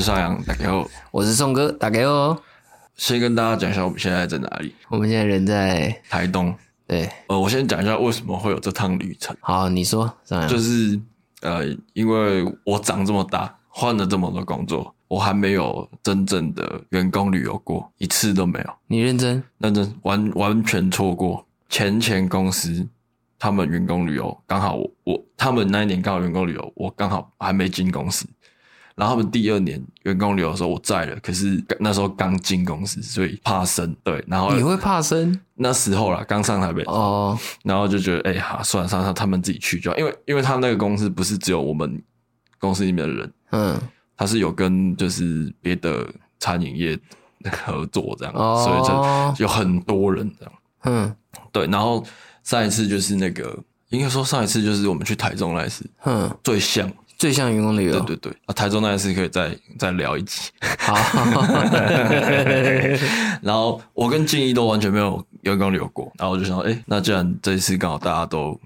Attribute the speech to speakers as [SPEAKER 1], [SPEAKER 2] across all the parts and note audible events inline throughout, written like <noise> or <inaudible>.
[SPEAKER 1] 邵阳，大家好。
[SPEAKER 2] 我是宋哥，打给哦。
[SPEAKER 1] 先跟大家讲一下我们现在在哪里，
[SPEAKER 2] 我们现在人在
[SPEAKER 1] 台东。
[SPEAKER 2] 对，
[SPEAKER 1] 呃，我先讲一下为什么会有这趟旅程，
[SPEAKER 2] 好，你说，上来
[SPEAKER 1] 就是呃，因为我长这么大，换了这么多工作，我还没有真正的员工旅游过，一次都没有，
[SPEAKER 2] 你认真，
[SPEAKER 1] 认真完完全错过。前前公司他们员工旅游，刚好我我他们那一年刚好员工旅游，我刚好还没进公司。然后他们第二年员工旅游的时候我在了，可是那时候刚进公司，所以怕生。对，然后
[SPEAKER 2] 你会怕生
[SPEAKER 1] 那时候啦，刚上台北，
[SPEAKER 2] 哦？
[SPEAKER 1] 然后就觉得哎呀、算了算了，他们自己去就好，因为因为他们那个公司不是只有我们公司里面的人，
[SPEAKER 2] 嗯，
[SPEAKER 1] 他是有跟就是别的餐饮业合作这样，
[SPEAKER 2] 哦
[SPEAKER 1] 所以就有很多人这样。
[SPEAKER 2] 哼
[SPEAKER 1] 对，然后上一次就是那个，应该说上一次就是我们去台中那一次
[SPEAKER 2] 哼，
[SPEAKER 1] 最像，
[SPEAKER 2] 最像员工旅游
[SPEAKER 1] 对，对对，啊，台中那一次可以再再聊一集。 <laughs>
[SPEAKER 2] 好， <laughs>
[SPEAKER 1] 然后我跟静怡都完全没有员工旅游过，然后我就想说，哎、那既然这一次刚好大家都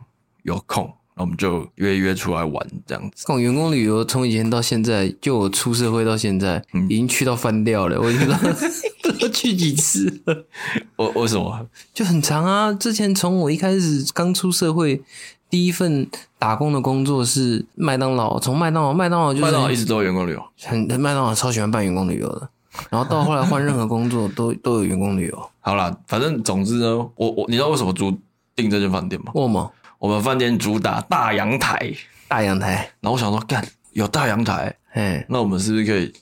[SPEAKER 1] 有空，那我们就约一约出来玩这样子。
[SPEAKER 2] 这种员工旅游从以前到现在，就我出社会到现在，
[SPEAKER 1] 嗯
[SPEAKER 2] 已经去到翻掉了，我已经不知道不知道去几次了， <laughs>
[SPEAKER 1] 为为什么？
[SPEAKER 2] 就很长啊。之前从我一开始刚出社会。第一份打工的工作是麦当劳，从麦当劳，麦当劳就是
[SPEAKER 1] 麦当劳一直都有员工旅游，
[SPEAKER 2] 很麦当劳超喜欢办员工旅游的，然后到后来换任何工作都都有员工旅游。
[SPEAKER 1] 好啦，反正总之呢，我我你知道为什么租订这间饭店吗？
[SPEAKER 2] 沃某
[SPEAKER 1] 我们饭店主打大阳台，
[SPEAKER 2] 大阳台，
[SPEAKER 1] 然后我想说，干有大阳台，
[SPEAKER 2] 哎，
[SPEAKER 1] 那我们是不是可以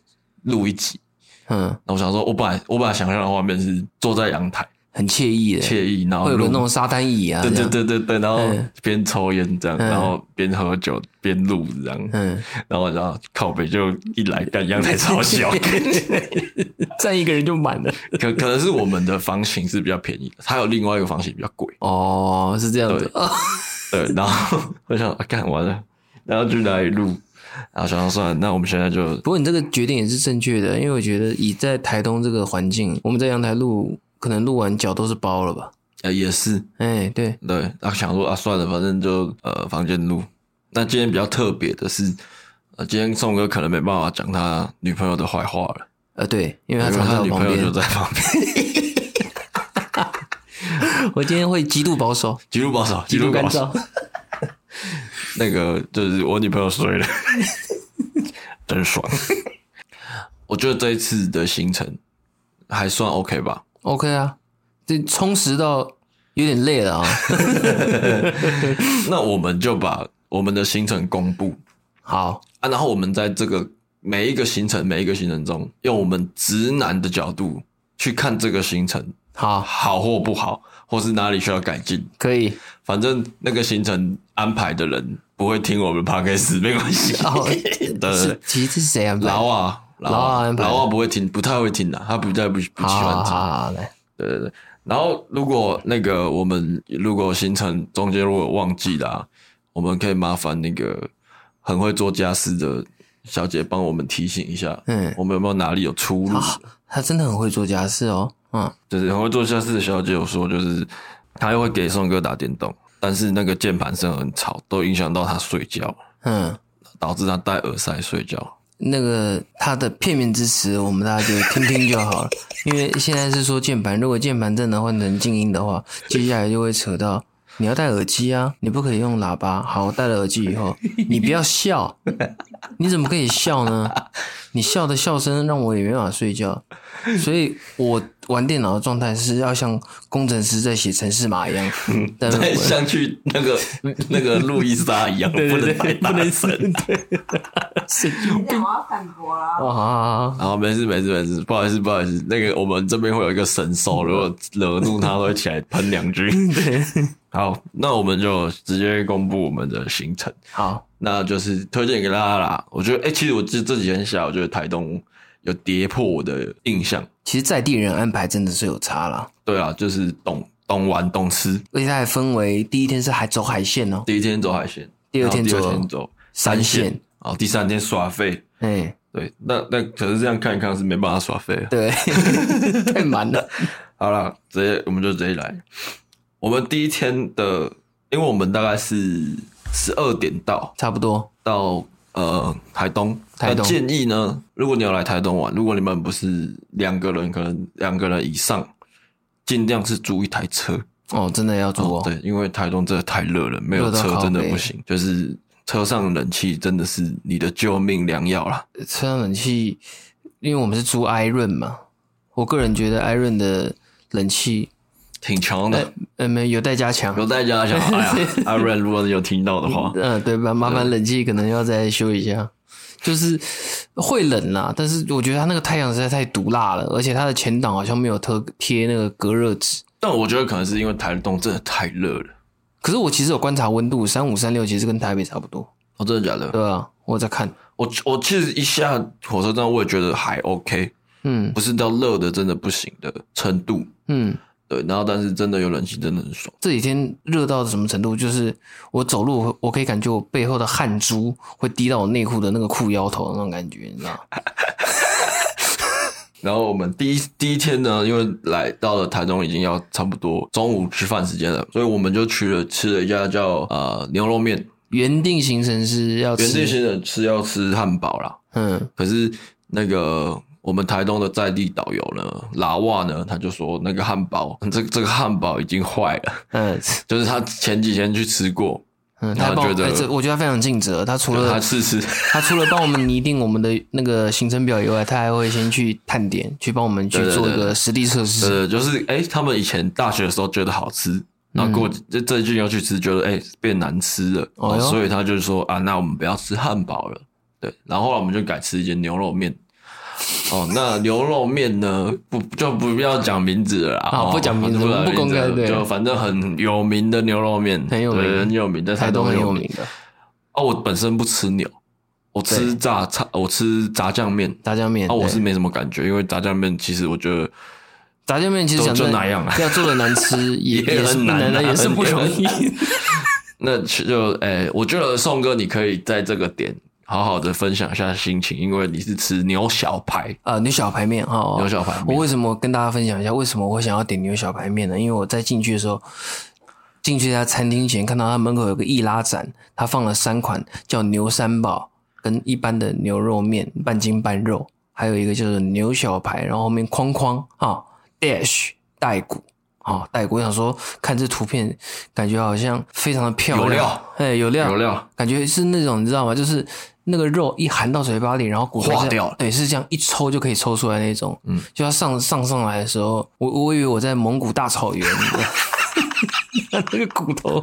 [SPEAKER 1] 录一集？
[SPEAKER 2] 嗯，
[SPEAKER 1] 那我想说，我本来我本来想象的画面是坐在阳台，
[SPEAKER 2] 很惬意的，
[SPEAKER 1] 惬意，然后
[SPEAKER 2] 会有个
[SPEAKER 1] 录
[SPEAKER 2] 那种沙滩椅啊，
[SPEAKER 1] 对
[SPEAKER 2] 这
[SPEAKER 1] 对
[SPEAKER 2] 样，
[SPEAKER 1] 对对对，然后
[SPEAKER 2] 嗯
[SPEAKER 1] 边抽烟这样，
[SPEAKER 2] 嗯
[SPEAKER 1] 然后边喝酒边录这样，
[SPEAKER 2] 嗯，
[SPEAKER 1] <laughs> 然后然后靠北就一来干阳台超
[SPEAKER 2] <laughs>
[SPEAKER 1] 小， <laughs>
[SPEAKER 2] 站一个人就满了。
[SPEAKER 1] 可可能是我们的房型是比较便宜的，它有另外一个房型比较贵，
[SPEAKER 2] 哦，是这样子
[SPEAKER 1] 对，对，然后我想啊干完了，然后去哪里录，然后想想算了，那我们现在就
[SPEAKER 2] 不过你这个决定也是正确的，因为我觉得以在台东这个环境，我们在阳台录，可能录完脚都是包了吧？
[SPEAKER 1] 呃也是
[SPEAKER 2] 哎，对，
[SPEAKER 1] 对，然后想说啊算了，反正就呃房间录，那今天比较特别的是。呃，今天宋哥可能没办法讲他女朋友的坏话了，
[SPEAKER 2] 呃，对，因为
[SPEAKER 1] 因
[SPEAKER 2] 他
[SPEAKER 1] 为
[SPEAKER 2] 常在
[SPEAKER 1] 他
[SPEAKER 2] 我
[SPEAKER 1] 女
[SPEAKER 2] 旁
[SPEAKER 1] 朋友就
[SPEAKER 2] 边，
[SPEAKER 1] 在旁边。
[SPEAKER 2] 我今天会极度保守，
[SPEAKER 1] <laughs> 极度保守，
[SPEAKER 2] 极度干
[SPEAKER 1] 保守。
[SPEAKER 2] 燥。
[SPEAKER 1] 那个就是我女朋友睡了， <laughs> 真爽。
[SPEAKER 2] <laughs>
[SPEAKER 1] 我觉得这一次的行程还算 OK 吧，
[SPEAKER 2] OK 啊，这充实到有点累
[SPEAKER 1] <laughs>
[SPEAKER 2] 了啊。
[SPEAKER 1] 那我们就把我们的行程公布
[SPEAKER 2] 好，
[SPEAKER 1] 啊，然后我们在这个每一个行程每一个行程中，用我们直男的角度去看这个行程
[SPEAKER 2] 好，
[SPEAKER 1] 好或不好，或是哪里需要改进。
[SPEAKER 2] 可以。
[SPEAKER 1] 反正那个行程安排的人不会听我们 podcast，没 <laughs> 关系。
[SPEAKER 2] 哦
[SPEAKER 1] 对对对
[SPEAKER 2] 是，其实是谁安排？
[SPEAKER 1] 呃老啊，
[SPEAKER 2] 劳啊
[SPEAKER 1] 啊，
[SPEAKER 2] 安排
[SPEAKER 1] 老啊不会听，不太会听的，他比较不不喜
[SPEAKER 2] 好好
[SPEAKER 1] 欢
[SPEAKER 2] 好
[SPEAKER 1] 听。
[SPEAKER 2] 好好来，
[SPEAKER 1] 对对对。然后如果那个我们如果行程中间如果有忘记啦、我们可以麻烦那个很会做家事的小姐帮我们提醒一下，
[SPEAKER 2] 嗯
[SPEAKER 1] 我们有没有哪里有出入？
[SPEAKER 2] 他真的很会做家事哦。嗯，
[SPEAKER 1] 就是很会做家事的小姐有说，就是她又会给宋哥打电动，但是那个键盘声很吵，都影响到他睡觉，
[SPEAKER 2] 嗯，
[SPEAKER 1] 导致他戴耳塞睡觉。
[SPEAKER 2] 那个他的片面之词，我们大家就听听就好了。因为现在是说键盘，如果键盘真的换成静音的话，接下来就会扯到你要戴耳机啊，你不可以用喇叭。好，我戴了耳机以后，你不要笑，你怎么可以笑呢？你笑的笑声让我也没办法睡觉，所以我玩电脑的状态是要像工程师在写程式码一样，但是我
[SPEAKER 1] <laughs> 像去那 <laughs> 个那个路易莎一样，不能太大声。 <laughs>
[SPEAKER 3] 这样我要反驳了。
[SPEAKER 2] 啊好好好，
[SPEAKER 1] 然后没事没事没事，不好意思不好意思，那个我们这边会有一个神兽，如果惹怒他，都会起来喷两句。 <laughs>
[SPEAKER 2] 对，
[SPEAKER 1] 好，那我们就直接公布我们的行程，
[SPEAKER 2] 好，
[SPEAKER 1] 那就是推荐给大家啦。我觉得，哎、其实我这这几天下来，我觉得台东有跌破我的印象。
[SPEAKER 2] 其实在地人安排真的是有差啦，
[SPEAKER 1] 对啊，就是懂懂玩懂吃。
[SPEAKER 2] 而且它还分为第一天是海走海线哦，
[SPEAKER 1] 第一天走海鲜，
[SPEAKER 2] 第二天
[SPEAKER 1] 然后第
[SPEAKER 2] 走
[SPEAKER 1] 二天走
[SPEAKER 2] 山
[SPEAKER 1] 线
[SPEAKER 2] 线，
[SPEAKER 1] 哦，第三天耍废。
[SPEAKER 2] 哎，
[SPEAKER 1] 对，那那可是这样看一看是没办法耍废的。
[SPEAKER 2] 对， <laughs> 太满了，
[SPEAKER 1] 好了，直接我们就直接来。我们第一天的，因为我们大概是十二点到
[SPEAKER 2] 差不多，
[SPEAKER 1] 到呃台东。
[SPEAKER 2] 台东
[SPEAKER 1] 那建议呢，如果你要来台东玩，如果你们不是两个人，可能两个人以上，尽量是租一台车。
[SPEAKER 2] 哦，真的要租哦。
[SPEAKER 1] 对，因为台东真的太热了，没有
[SPEAKER 2] 热到
[SPEAKER 1] 车
[SPEAKER 2] 靠
[SPEAKER 1] 真的
[SPEAKER 2] 背
[SPEAKER 1] 不行，就是车上冷气真的是你的救命良药啦。
[SPEAKER 2] 车上冷气，因为我们是租 i r o n 嘛，我个人觉得 i r o n 的冷气，
[SPEAKER 1] 挺强的，
[SPEAKER 2] 呃，没有有待加强。
[SPEAKER 1] 有大家想，
[SPEAKER 2] <laughs>
[SPEAKER 1] 哎呀，阿瑞，如果有听到的话，
[SPEAKER 2] 嗯，对吧？麻烦冷气可能要再修一下，就是会冷啦，但是我觉得它那个太阳实在太毒辣了，而且它的前挡好像没有特贴那个隔热纸。
[SPEAKER 1] 但我觉得可能是因为台东真的太热了。
[SPEAKER 2] 可是我其实有观察温度，三五三六其实跟台北差不多，
[SPEAKER 1] 哦，真的假的？
[SPEAKER 2] 对吧、我在看，
[SPEAKER 1] 我我其实一下火车站，我也觉得还 OK，
[SPEAKER 2] 嗯
[SPEAKER 1] 不是到热的真的不行的程度。
[SPEAKER 2] 嗯，
[SPEAKER 1] 对，然后但是真的有冷气，真的很爽。
[SPEAKER 2] 这几天热到什么程度？就是我走路，我我可以感觉我背后的汗珠会滴到我内裤的那个裤腰头的那种感觉，你知道吗？
[SPEAKER 1] 然后我们第一第一天呢，因为来到了台中已经要差不多中午吃饭时间了，所以我们就去了吃了一家叫呃牛肉面。
[SPEAKER 2] 原定行程是
[SPEAKER 1] 原
[SPEAKER 2] 要
[SPEAKER 1] 定
[SPEAKER 2] 吃，
[SPEAKER 1] 行程吃要吃汉堡啦，
[SPEAKER 2] 嗯，
[SPEAKER 1] 可是那个我们台东的在地导游呢，拉瓦呢，他就说那个汉堡，这这个汉堡已经坏了，
[SPEAKER 2] 嗯
[SPEAKER 1] 就是他前几天去吃过，
[SPEAKER 2] 嗯，他帮
[SPEAKER 1] 他
[SPEAKER 2] 我，
[SPEAKER 1] 觉得
[SPEAKER 2] 哎这我觉得他非常尽责，他除
[SPEAKER 1] 就
[SPEAKER 2] 了
[SPEAKER 1] 他试吃，
[SPEAKER 2] <laughs> 他除了帮我们拟定我们的那个行程表以外，他还会先去探点，去帮我们去
[SPEAKER 1] 对对
[SPEAKER 2] 做一
[SPEAKER 1] 对
[SPEAKER 2] 个实地测试。
[SPEAKER 1] 呃，就是哎、诶他们以前大学的时候觉得好吃，然后过这这近要去吃，觉得哎、诶变难吃了，
[SPEAKER 2] 嗯哦哟
[SPEAKER 1] 所以他就说啊，那我们不要吃汉堡了，对，然后后来我们就改吃一间牛肉面。哦，那牛肉面呢？不就不要讲名字了啦，
[SPEAKER 2] 啊
[SPEAKER 1] 哦
[SPEAKER 2] 不讲名字
[SPEAKER 1] 不讲
[SPEAKER 2] 我们不公开
[SPEAKER 1] 名字
[SPEAKER 2] 对
[SPEAKER 1] 就反正很有名的牛肉面，
[SPEAKER 2] 很有名
[SPEAKER 1] 对很有名，在
[SPEAKER 2] 台
[SPEAKER 1] 台
[SPEAKER 2] 东
[SPEAKER 1] 东
[SPEAKER 2] 很有
[SPEAKER 1] 名
[SPEAKER 2] 名。的
[SPEAKER 1] 哦，我本身不吃牛，我吃
[SPEAKER 2] 对
[SPEAKER 1] 炸炸，我吃炸酱面。
[SPEAKER 2] 炸酱面，
[SPEAKER 1] 啊，我
[SPEAKER 2] 对
[SPEAKER 1] 是没什么感觉，因为炸酱面其实我觉得
[SPEAKER 2] 炸酱面，其实
[SPEAKER 1] 都
[SPEAKER 2] 讲
[SPEAKER 1] 就
[SPEAKER 2] 真的
[SPEAKER 1] 那样啊
[SPEAKER 2] <laughs> 要做的难
[SPEAKER 1] <laughs>
[SPEAKER 2] 吃也
[SPEAKER 1] 也
[SPEAKER 2] 是不
[SPEAKER 1] 很难啊
[SPEAKER 2] 难的，也是不
[SPEAKER 1] 也
[SPEAKER 2] 容易。
[SPEAKER 1] 那就诶、我觉得宋哥，你可以在这个点好好的分享一下心情，因为你是吃牛小排，
[SPEAKER 2] <laughs> 啊，牛小排面哈，哦
[SPEAKER 1] 牛小排面
[SPEAKER 2] 我为什么跟大家分享一下为什么我想要点牛小排面呢？因为我在进去的时候，进去一家餐厅前看到他门口有个易拉展，他放了三款叫牛三宝，跟一般的牛肉面半筋半肉，还有一个叫做牛小排，然后后面框框啊、dash 带骨。啊、带骨，我想说，看这图片，感觉好像非常的漂
[SPEAKER 1] 有
[SPEAKER 2] 亮，
[SPEAKER 1] 料，
[SPEAKER 2] 哎，有料，
[SPEAKER 1] 有料，
[SPEAKER 2] 感觉是那种你知道吗？就是那个肉一含到嘴巴里，然后骨头
[SPEAKER 1] 化
[SPEAKER 2] 是
[SPEAKER 1] 掉了
[SPEAKER 2] 对，是这样一抽就可以抽出来那种。
[SPEAKER 1] 嗯，
[SPEAKER 2] 就它上上上来的时候，我我以为我在蒙古大草
[SPEAKER 1] <laughs>
[SPEAKER 2] 原，你知道吗那个骨头，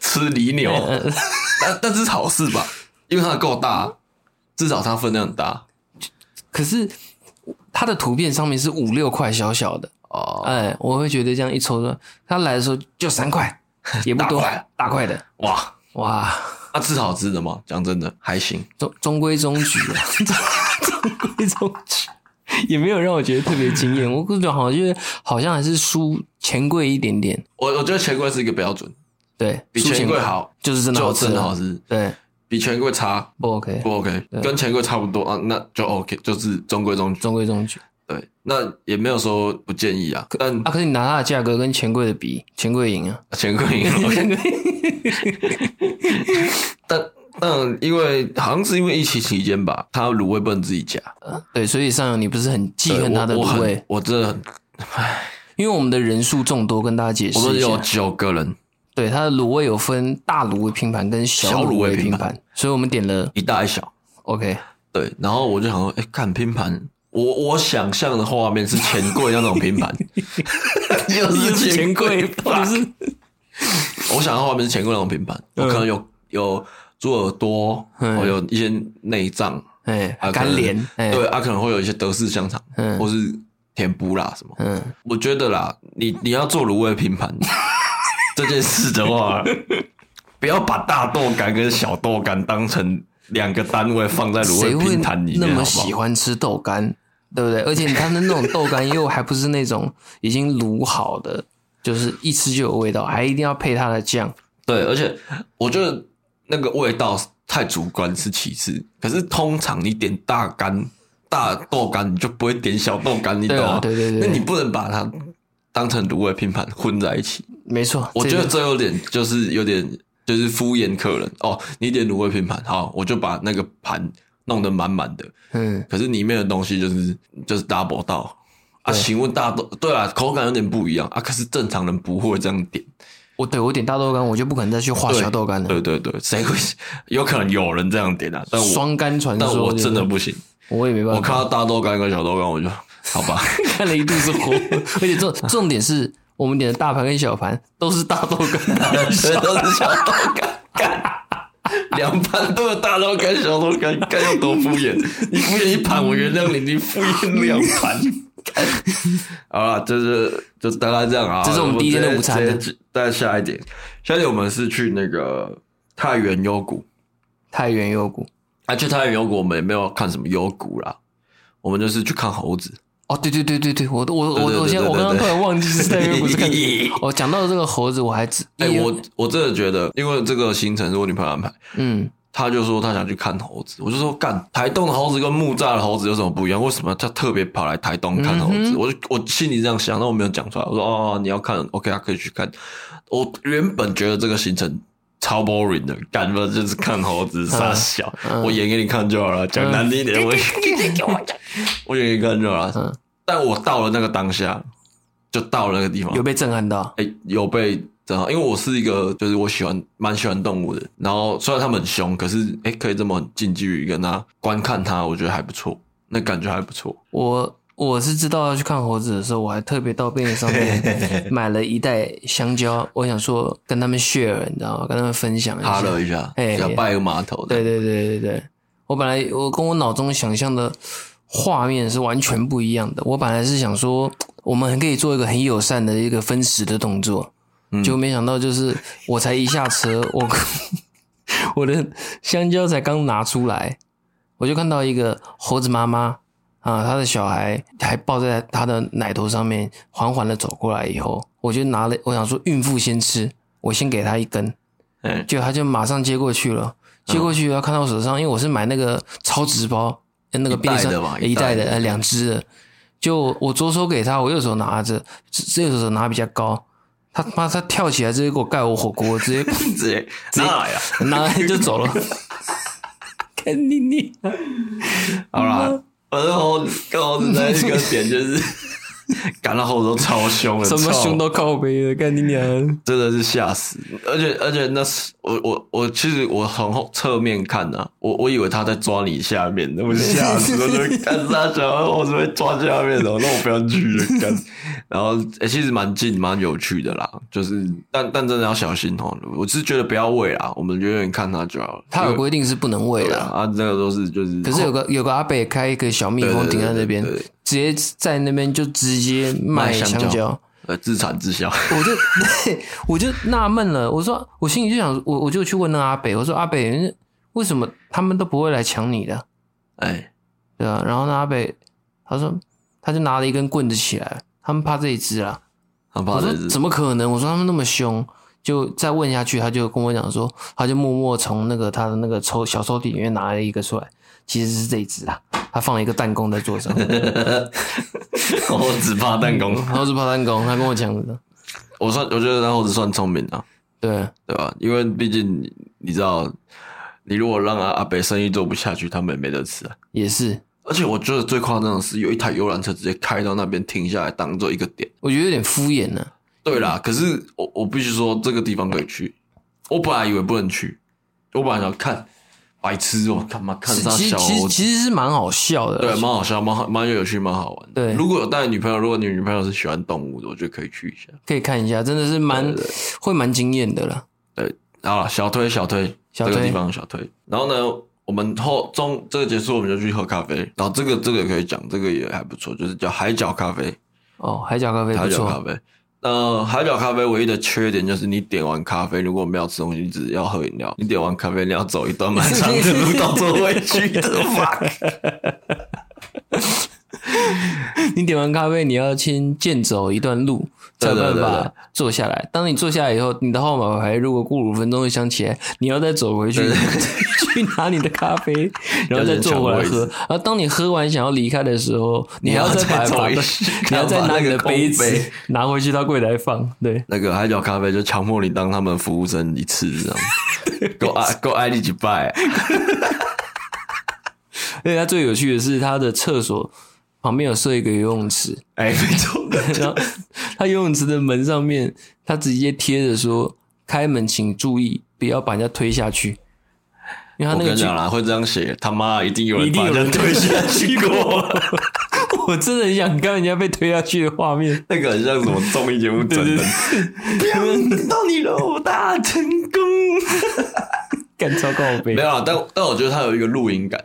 [SPEAKER 1] 吃犁牛，
[SPEAKER 2] 嗯
[SPEAKER 1] 但但这是好事吧？因为它够大，至少它分量很大
[SPEAKER 2] 可是它的图片上面是五六块小小的，
[SPEAKER 1] 哦。
[SPEAKER 2] 哎，我会觉得这样一抽的，它来的时候就三块，也不多，
[SPEAKER 1] 大块
[SPEAKER 2] 大块的，
[SPEAKER 1] 哇，
[SPEAKER 2] 哇，
[SPEAKER 1] 那、吃好吃的吗？讲真的，还行。
[SPEAKER 2] 中中规中矩啊， <laughs> 中 <laughs> 中规中矩，也没有让我觉得特别惊艳。我感觉好像就是好像还是输钱柜一点点，
[SPEAKER 1] 我我觉得钱柜是一个标准，
[SPEAKER 2] 对，
[SPEAKER 1] 比
[SPEAKER 2] 输
[SPEAKER 1] 钱柜好，
[SPEAKER 2] 就是真的好
[SPEAKER 1] 就
[SPEAKER 2] 吃，啊
[SPEAKER 1] 真的好，吃，
[SPEAKER 2] 对，
[SPEAKER 1] 比钱柜差
[SPEAKER 2] 不 OK，
[SPEAKER 1] 不 OK，
[SPEAKER 2] 对
[SPEAKER 1] 跟钱柜差不多啊，那就 OK，就是中规中矩。
[SPEAKER 2] 中规中矩
[SPEAKER 1] 对，那也没有说不建议啊，但
[SPEAKER 2] 啊。可是你拿它的价格跟钱柜的比，钱柜赢啊，
[SPEAKER 1] 钱柜
[SPEAKER 2] <laughs>
[SPEAKER 1] 赢了。 <laughs> 但但因为好像是因为疫情期间吧，他卤味不能自己加，
[SPEAKER 2] 呃对，所以上游你不是很记
[SPEAKER 1] 对
[SPEAKER 2] 恨它的
[SPEAKER 1] 我我
[SPEAKER 2] 卤
[SPEAKER 1] 很
[SPEAKER 2] 味，
[SPEAKER 1] 我真的很，
[SPEAKER 2] 因为我们的人数众多，跟大家解释
[SPEAKER 1] 我们
[SPEAKER 2] 一
[SPEAKER 1] 有
[SPEAKER 2] 下，
[SPEAKER 1] 九个人，
[SPEAKER 2] 对，它的卤味有分大卤味拼盘跟
[SPEAKER 1] 小
[SPEAKER 2] 小
[SPEAKER 1] 卤
[SPEAKER 2] 卤
[SPEAKER 1] 味
[SPEAKER 2] 味
[SPEAKER 1] 拼
[SPEAKER 2] 拼
[SPEAKER 1] 盘
[SPEAKER 2] 盘，所以我们点了
[SPEAKER 1] 一大一小，
[SPEAKER 2] OK，
[SPEAKER 1] 对，然后我就想说，哎、看拼盘。我我想象的画面是钱柜那种拼
[SPEAKER 2] <laughs>
[SPEAKER 1] 盘，又是钱柜，
[SPEAKER 2] 到底是
[SPEAKER 1] 我想象画面是钱柜那种拼盘，我可能有有猪耳朵，
[SPEAKER 2] 嗯
[SPEAKER 1] 我有一些内脏，
[SPEAKER 2] 哎
[SPEAKER 1] 啊可
[SPEAKER 2] 干
[SPEAKER 1] 能
[SPEAKER 2] 莲，哎
[SPEAKER 1] 对，啊，可能会有一些德式香肠，
[SPEAKER 2] 嗯
[SPEAKER 1] 或是甜不辣什么，
[SPEAKER 2] 嗯。
[SPEAKER 1] 我觉得啦，你你要做卤味拼盘这件事的话，不要把大豆干跟小豆干当成两个单位放在卤
[SPEAKER 2] 谁
[SPEAKER 1] 味
[SPEAKER 2] 会
[SPEAKER 1] 拼盘里面，
[SPEAKER 2] 那么
[SPEAKER 1] 好不
[SPEAKER 2] 喜
[SPEAKER 1] 好？
[SPEAKER 2] 欢吃豆干，对不对？而且它的那种豆干又还不是那种已经卤好的，就是一吃就有味道，还一定要配它的酱。
[SPEAKER 1] 对，而且我觉得那个味道太主观是其次，可是通常你点大干大豆干，你就不会点小豆干，你懂
[SPEAKER 2] 对啊
[SPEAKER 1] 吗？
[SPEAKER 2] 对对对
[SPEAKER 1] 那你不能把它当成卤味拼盘混在一起，
[SPEAKER 2] 没错，
[SPEAKER 1] 我觉得
[SPEAKER 2] 这个
[SPEAKER 1] 这有点就是有点就是敷衍客人哦。你点卤味拼盘，好，我就把那个盘弄得满满的，
[SPEAKER 2] 嗯，
[SPEAKER 1] 可是里面的东西就是就是 double 到啊。
[SPEAKER 2] 对
[SPEAKER 1] 请问大豆对啊，口感有点不一样啊，可是正常人不会这样点。
[SPEAKER 2] 我对我点大豆干，我就不可能再去画
[SPEAKER 1] 对
[SPEAKER 2] 小豆干啊了。
[SPEAKER 1] 对对对，谁会？有可能有人这样点啊，但我
[SPEAKER 2] 双干传
[SPEAKER 1] 但
[SPEAKER 2] 说，
[SPEAKER 1] 我真的
[SPEAKER 2] 对对
[SPEAKER 1] 不行。
[SPEAKER 2] 我也没办法。
[SPEAKER 1] 我看到大豆干跟小豆干，我就好吧。
[SPEAKER 2] 看了一肚
[SPEAKER 1] <laughs>
[SPEAKER 2] 子火，而且重重点是我们点的大盘跟小盘都是大豆干
[SPEAKER 1] <laughs>
[SPEAKER 2] 大
[SPEAKER 1] 全
[SPEAKER 2] 小，
[SPEAKER 1] 都是小豆干，干两盘都有大豆干、小豆干，干要多敷衍？你敷衍一盘，我原谅你；你敷衍两盘，干好了，就是就大概这样啊。
[SPEAKER 2] 这是我们第一天的午餐
[SPEAKER 1] 直接直接再下一点，下一点我们是去那个太原幽谷。
[SPEAKER 2] 太原幽谷。
[SPEAKER 1] 啊，去太原幽谷，我们也没有看什么幽谷啦，我们就是去看猴子。
[SPEAKER 2] 哦，对对对对对，我都我
[SPEAKER 1] 对对
[SPEAKER 2] 我我
[SPEAKER 1] 对
[SPEAKER 2] 现在
[SPEAKER 1] 对
[SPEAKER 2] 我刚刚
[SPEAKER 1] 对
[SPEAKER 2] 突
[SPEAKER 1] 对。
[SPEAKER 2] 然忘记是太原幽谷是看 <laughs> 我哦讲到这个猴子，我还只
[SPEAKER 1] <laughs> 哎、我我真的觉得，因为这个行程是我女朋友安排，
[SPEAKER 2] 嗯，
[SPEAKER 1] 他就说他想去看猴子，我就说干台东的猴子跟木栅的猴子有什么不一样？为什么他特别跑来台东看猴子？
[SPEAKER 2] 嗯哼
[SPEAKER 1] 我就我心里这样想，但我没有讲出来。我说哦，你要看，OK 啊，可以去看。我原本觉得这个行程超 boring 的，干嘛就是看猴子傻笑，
[SPEAKER 2] 嗯
[SPEAKER 1] 我演给你看就好了。讲难听一
[SPEAKER 2] <laughs>
[SPEAKER 1] 点，我 <laughs> 我演给你看就好了。
[SPEAKER 2] 嗯
[SPEAKER 1] 但我到了那个当下，就到了那个地方，
[SPEAKER 2] 有被震撼到，
[SPEAKER 1] 哎、有被震撼，因为我是一个就是我喜欢蛮喜欢动物的，然后虽然他们很凶，可是哎、可以这么很近距离跟他观看他，我觉得还不错，那感觉还不错。
[SPEAKER 2] 我。我是知道要去看猴子的时候，我还特别到便利商店 <laughs> 买了一袋香蕉，我想说跟他们 share，你知道吗？跟他们分享一
[SPEAKER 1] 哈
[SPEAKER 2] 下。
[SPEAKER 1] 了一下，
[SPEAKER 2] 哎
[SPEAKER 1] 要拜个码头的，
[SPEAKER 2] 对对对对对，我本来我跟我脑中想象的画面是完全不一样的。我本来是想说，我们可以做一个很友善的一个分食的动作，
[SPEAKER 1] 嗯
[SPEAKER 2] 就没想到就是我才一下车，我 <laughs> 我的香蕉才刚拿出来，我就看到一个猴子妈妈。啊，她的小孩还抱在她的奶头上面，缓缓的走过来以后，我就拿了，我想说孕妇先吃，我先给她一根，
[SPEAKER 1] 哎
[SPEAKER 2] 就他就马上接过去了，
[SPEAKER 1] 嗯
[SPEAKER 2] 接过去要看到我手上，因为我是买那个超值包，那个便利商
[SPEAKER 1] 一袋的吧
[SPEAKER 2] 一袋
[SPEAKER 1] 一袋
[SPEAKER 2] 的
[SPEAKER 1] 的
[SPEAKER 2] 呃两只的，就我左手给他，我右手拿着，只右手拿比较高，他妈他跳起来直接给我盖我火锅，直接
[SPEAKER 1] 直接哪来啊？
[SPEAKER 2] 拿来就走
[SPEAKER 1] <laughs>
[SPEAKER 2] 了，看你你，
[SPEAKER 1] 好
[SPEAKER 2] 嗯
[SPEAKER 1] 啦，反正猴子跟猴子在一个点就是， <laughs> 感到猴子都超凶的，
[SPEAKER 2] 什么
[SPEAKER 1] 操
[SPEAKER 2] 凶到靠背的，看你娘，
[SPEAKER 1] 真的是吓死！而且而且那是我我我其实我从后侧面看呢、我我以为他在抓你下面，那么吓死！我就看他小孩，我是被抓下面的，那我不要去了。干然后、欸、其实蛮近蛮有趣的啦，就是但但真的要小心哦。我只是觉得不要喂啦，我们远远看他就好了。
[SPEAKER 2] 他有
[SPEAKER 1] 因为
[SPEAKER 2] 规定是不能喂
[SPEAKER 1] 对
[SPEAKER 2] 的
[SPEAKER 1] 啦，
[SPEAKER 2] 啊。
[SPEAKER 1] 啊，这个都是就是，哦
[SPEAKER 2] 可是有个有个阿伯开一个小蜜蜂
[SPEAKER 1] 对对对
[SPEAKER 2] 停在那边
[SPEAKER 1] 对对，
[SPEAKER 2] 直接在那边就直接卖
[SPEAKER 1] 卖香
[SPEAKER 2] 香
[SPEAKER 1] 蕉
[SPEAKER 2] 蕉，
[SPEAKER 1] 呃自产自销，
[SPEAKER 2] 我就 <laughs> 对我就纳闷了，我说我心里就想，我我就去问那个阿北，我说阿北为什么他们都不会来抢你的，
[SPEAKER 1] 哎，
[SPEAKER 2] 对吧、然后那阿北他说他就拿了一根棍子起来，他们怕这一只啦。
[SPEAKER 1] 很怕
[SPEAKER 2] 我说
[SPEAKER 1] 的是
[SPEAKER 2] 怎么可能？我说他们那么凶，就再问下去，他就跟我讲说，他就默默从那个他的那个抽小抽屉里面拿了一个出来，其实是这一只啊，他放了一个弹弓在桌上，
[SPEAKER 1] <laughs>
[SPEAKER 2] <laughs>
[SPEAKER 1] 我只怕弹弓。
[SPEAKER 2] 然后是炮弹弓，他跟我讲的，
[SPEAKER 1] 我算我觉得那猴子算聪明的、啊
[SPEAKER 2] 对，啊
[SPEAKER 1] 对吧？因为毕竟你你知道，你如果让阿阿北生意做不下去，他们也没得吃啊。
[SPEAKER 2] 也是，
[SPEAKER 1] 而且我觉得最夸张的是，有一台游览车直接开到那边停下来，当做一个点。
[SPEAKER 2] 我觉得有点敷衍啊呢、
[SPEAKER 1] 对啦，
[SPEAKER 2] 嗯
[SPEAKER 1] 可是我我必须说，这个地方可以去。我本来以为不能去，我本来想看白痴哦、干嘛看
[SPEAKER 2] 是
[SPEAKER 1] 他
[SPEAKER 2] 其实
[SPEAKER 1] 小
[SPEAKER 2] 其
[SPEAKER 1] 猴
[SPEAKER 2] 实
[SPEAKER 1] 子？
[SPEAKER 2] 其实是蛮好笑的，
[SPEAKER 1] 对，蛮好笑，蛮好蛮有趣，蛮好玩的。
[SPEAKER 2] 对
[SPEAKER 1] 如果有带女朋友，如果你女朋友是喜欢动物的，我觉得可以去一下。
[SPEAKER 2] 可以看一下，真的是蛮
[SPEAKER 1] 对
[SPEAKER 2] 会蛮惊艳的了。
[SPEAKER 1] 对，好了，小推小推，
[SPEAKER 2] 小推
[SPEAKER 1] 这个地方小推。然后呢，我们后中这个结束，我们就去喝咖啡。然后这个这个可以讲，这个也还不错，就是叫海角咖啡，
[SPEAKER 2] 哦，海角咖啡不
[SPEAKER 1] 海角咖
[SPEAKER 2] 错，
[SPEAKER 1] 啡。那呃海角咖啡唯一的缺点就是，你点完咖啡，如果没有吃东西，你只要喝饮料，你点完咖啡，你要走一段漫长的
[SPEAKER 2] <laughs>
[SPEAKER 1] 路到座位去的 fuck。
[SPEAKER 2] <laughs> 你点完咖啡，你要先健走一段路，才有
[SPEAKER 1] 对对对
[SPEAKER 2] 办法坐下来。当你坐下来以后，你的号码牌如果过五分钟会响起来，你要再走回去 <laughs> 去拿你的咖
[SPEAKER 1] <laughs>
[SPEAKER 2] 啡，然后再坐回来
[SPEAKER 1] 要先抢位
[SPEAKER 2] 喝
[SPEAKER 1] 置。
[SPEAKER 2] 然后当你喝完想要离开的时候，你还
[SPEAKER 1] 要
[SPEAKER 2] 再
[SPEAKER 1] 再
[SPEAKER 2] 把
[SPEAKER 1] 走
[SPEAKER 2] 把
[SPEAKER 1] 一
[SPEAKER 2] <laughs> 你
[SPEAKER 1] 圈
[SPEAKER 2] 要再
[SPEAKER 1] 把
[SPEAKER 2] 拿
[SPEAKER 1] 那
[SPEAKER 2] 你
[SPEAKER 1] 个
[SPEAKER 2] 的
[SPEAKER 1] 空
[SPEAKER 2] 杯子
[SPEAKER 1] 杯
[SPEAKER 2] 拿回去到柜台放。对，
[SPEAKER 1] 那个海角咖啡就强迫你当他们服务生一次，
[SPEAKER 2] <laughs>
[SPEAKER 1] 这样够爱够爱你几拜，
[SPEAKER 2] 而且它最有趣的是，它的厕所旁边有设一个游泳池，
[SPEAKER 1] 哎，没错，
[SPEAKER 2] 然后他游泳池的门上面，他直接贴着说：“开门请注意，不要把人家推下去。”因为他
[SPEAKER 1] 我
[SPEAKER 2] 那个
[SPEAKER 1] 跟你
[SPEAKER 2] 距
[SPEAKER 1] 讲啦，会这样写，他妈一定有
[SPEAKER 2] 一
[SPEAKER 1] 人
[SPEAKER 2] 定
[SPEAKER 1] 把 <laughs>
[SPEAKER 2] 有
[SPEAKER 1] 人
[SPEAKER 2] 人
[SPEAKER 1] 推下去过。。 <laughs>
[SPEAKER 2] <laughs> 我真的很想看人家被推下去的画面。
[SPEAKER 1] 那个很像什么综艺节目整的，不要等到你了，我大成功。
[SPEAKER 2] <laughs> 干超告背
[SPEAKER 1] 没有啦，但但我觉得他有一个露营感，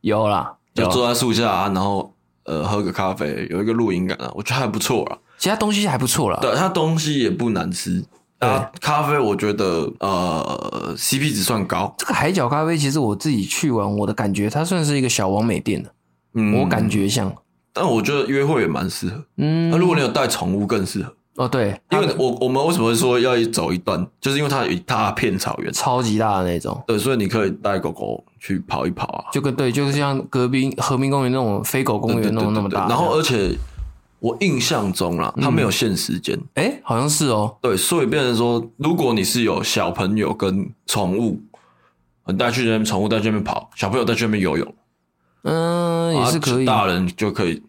[SPEAKER 2] 有啦，
[SPEAKER 1] 就
[SPEAKER 2] 有
[SPEAKER 1] 坐在树下、啊，然后呃喝个咖啡，有一个露营感啊，我觉得还不错啦。
[SPEAKER 2] 其他东西还不错啦。
[SPEAKER 1] 对，它东西也不难吃。啊，咖啡我觉得呃 CP 值算高，
[SPEAKER 2] 这个海角咖啡，其实我自己去玩，我的感觉它算是一个小完美店的，
[SPEAKER 1] 嗯，
[SPEAKER 2] 我感，觉像，
[SPEAKER 1] 但我觉得约会也蛮适合。
[SPEAKER 2] 嗯，
[SPEAKER 1] 那、如果你有带宠物更适合，
[SPEAKER 2] 哦对，
[SPEAKER 1] 呃因为
[SPEAKER 2] 它
[SPEAKER 1] 我我们为什么会说要走一段，就是因为它有一大片草原，
[SPEAKER 2] 超级大的那种。
[SPEAKER 1] 对，所以你可以带狗狗去跑一跑啊，
[SPEAKER 2] 就跟对，就是像隔壁和平公园那种飞狗公园那种那么
[SPEAKER 1] 对对对
[SPEAKER 2] 大，嗯
[SPEAKER 1] 对然后而且我印象中啦，它没有限时间，
[SPEAKER 2] 哎，好像是哦，
[SPEAKER 1] 对，所以变成说，如果你是有小朋友跟宠物，你带去那边宠物带去那边跑，小朋友带去那边游泳，
[SPEAKER 2] 嗯，也是可以。
[SPEAKER 1] 啊大人就可以，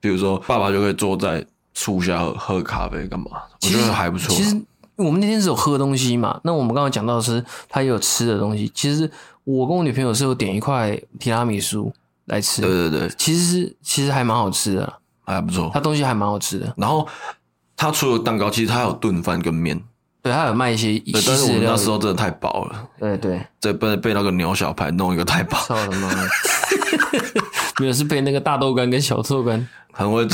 [SPEAKER 1] 比如说爸爸就可以坐在树下喝喝咖啡干嘛，我
[SPEAKER 2] 其
[SPEAKER 1] 觉
[SPEAKER 2] 实
[SPEAKER 1] 得还不错。
[SPEAKER 2] 其实我们那天是有喝东西嘛，那我们刚刚讲到的是他也有吃的东西。其实我跟我女朋友是有点一块提拉米苏来吃
[SPEAKER 1] 对，对对，
[SPEAKER 2] 其实是其实还蛮好吃的啦，
[SPEAKER 1] 还不错
[SPEAKER 2] 它。东西还蛮好吃的。
[SPEAKER 1] 然后他除了蛋糕，其实他有炖饭跟面，
[SPEAKER 2] 对，它有卖一些
[SPEAKER 1] 对，
[SPEAKER 2] 西
[SPEAKER 1] 但是我
[SPEAKER 2] 式的
[SPEAKER 1] 们
[SPEAKER 2] 料
[SPEAKER 1] 那
[SPEAKER 2] 理
[SPEAKER 1] 时候真的太饱了，
[SPEAKER 2] 对对，
[SPEAKER 1] 这被被那个牛小排弄一个太饱，
[SPEAKER 2] 操他妈的！ <laughs> 没有是被那个大豆干跟小豆干，
[SPEAKER 1] 很会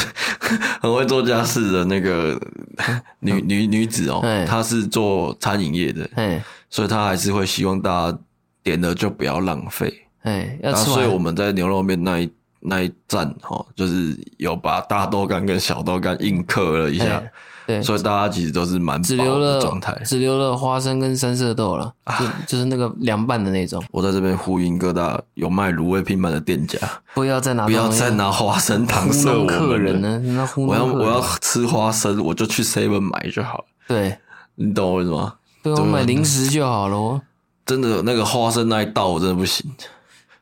[SPEAKER 1] 很会做家事的那个
[SPEAKER 2] 嗯
[SPEAKER 1] 女女女子哦
[SPEAKER 2] 哎，
[SPEAKER 1] 她是做餐饮业的，
[SPEAKER 2] 哎
[SPEAKER 1] 所以她还是会希望大家点了就不要浪费。
[SPEAKER 2] 哎，要
[SPEAKER 1] 然后，
[SPEAKER 2] 吃
[SPEAKER 1] 啊所以我
[SPEAKER 2] 完
[SPEAKER 1] 们在牛肉面那一那一站哦，就是有把大豆干跟小豆干硬刻了一下
[SPEAKER 2] 哎，对，
[SPEAKER 1] 所以大家其实都是蛮
[SPEAKER 2] 只
[SPEAKER 1] 饱
[SPEAKER 2] 留
[SPEAKER 1] 的
[SPEAKER 2] 了
[SPEAKER 1] 状态。啊
[SPEAKER 2] 只留了花生跟三色豆了，就就是那个凉拌的那种，
[SPEAKER 1] 我在这边呼应各大有卖卤味拼盘的店家，
[SPEAKER 2] 不要再拿
[SPEAKER 1] 不要
[SPEAKER 2] 东西
[SPEAKER 1] 再拿花生搪
[SPEAKER 2] 糊
[SPEAKER 1] 塞我
[SPEAKER 2] 弄客
[SPEAKER 1] 们
[SPEAKER 2] 人
[SPEAKER 1] 了。
[SPEAKER 2] 呢，那糊弄
[SPEAKER 1] 我要
[SPEAKER 2] 客
[SPEAKER 1] 我
[SPEAKER 2] 人
[SPEAKER 1] 要吃花生，我就去 Seven 买就好了。
[SPEAKER 2] 对，
[SPEAKER 1] 你懂我意思吗？
[SPEAKER 2] 对我买零食就好咯。
[SPEAKER 1] 真的那个花生那一道我真的不行，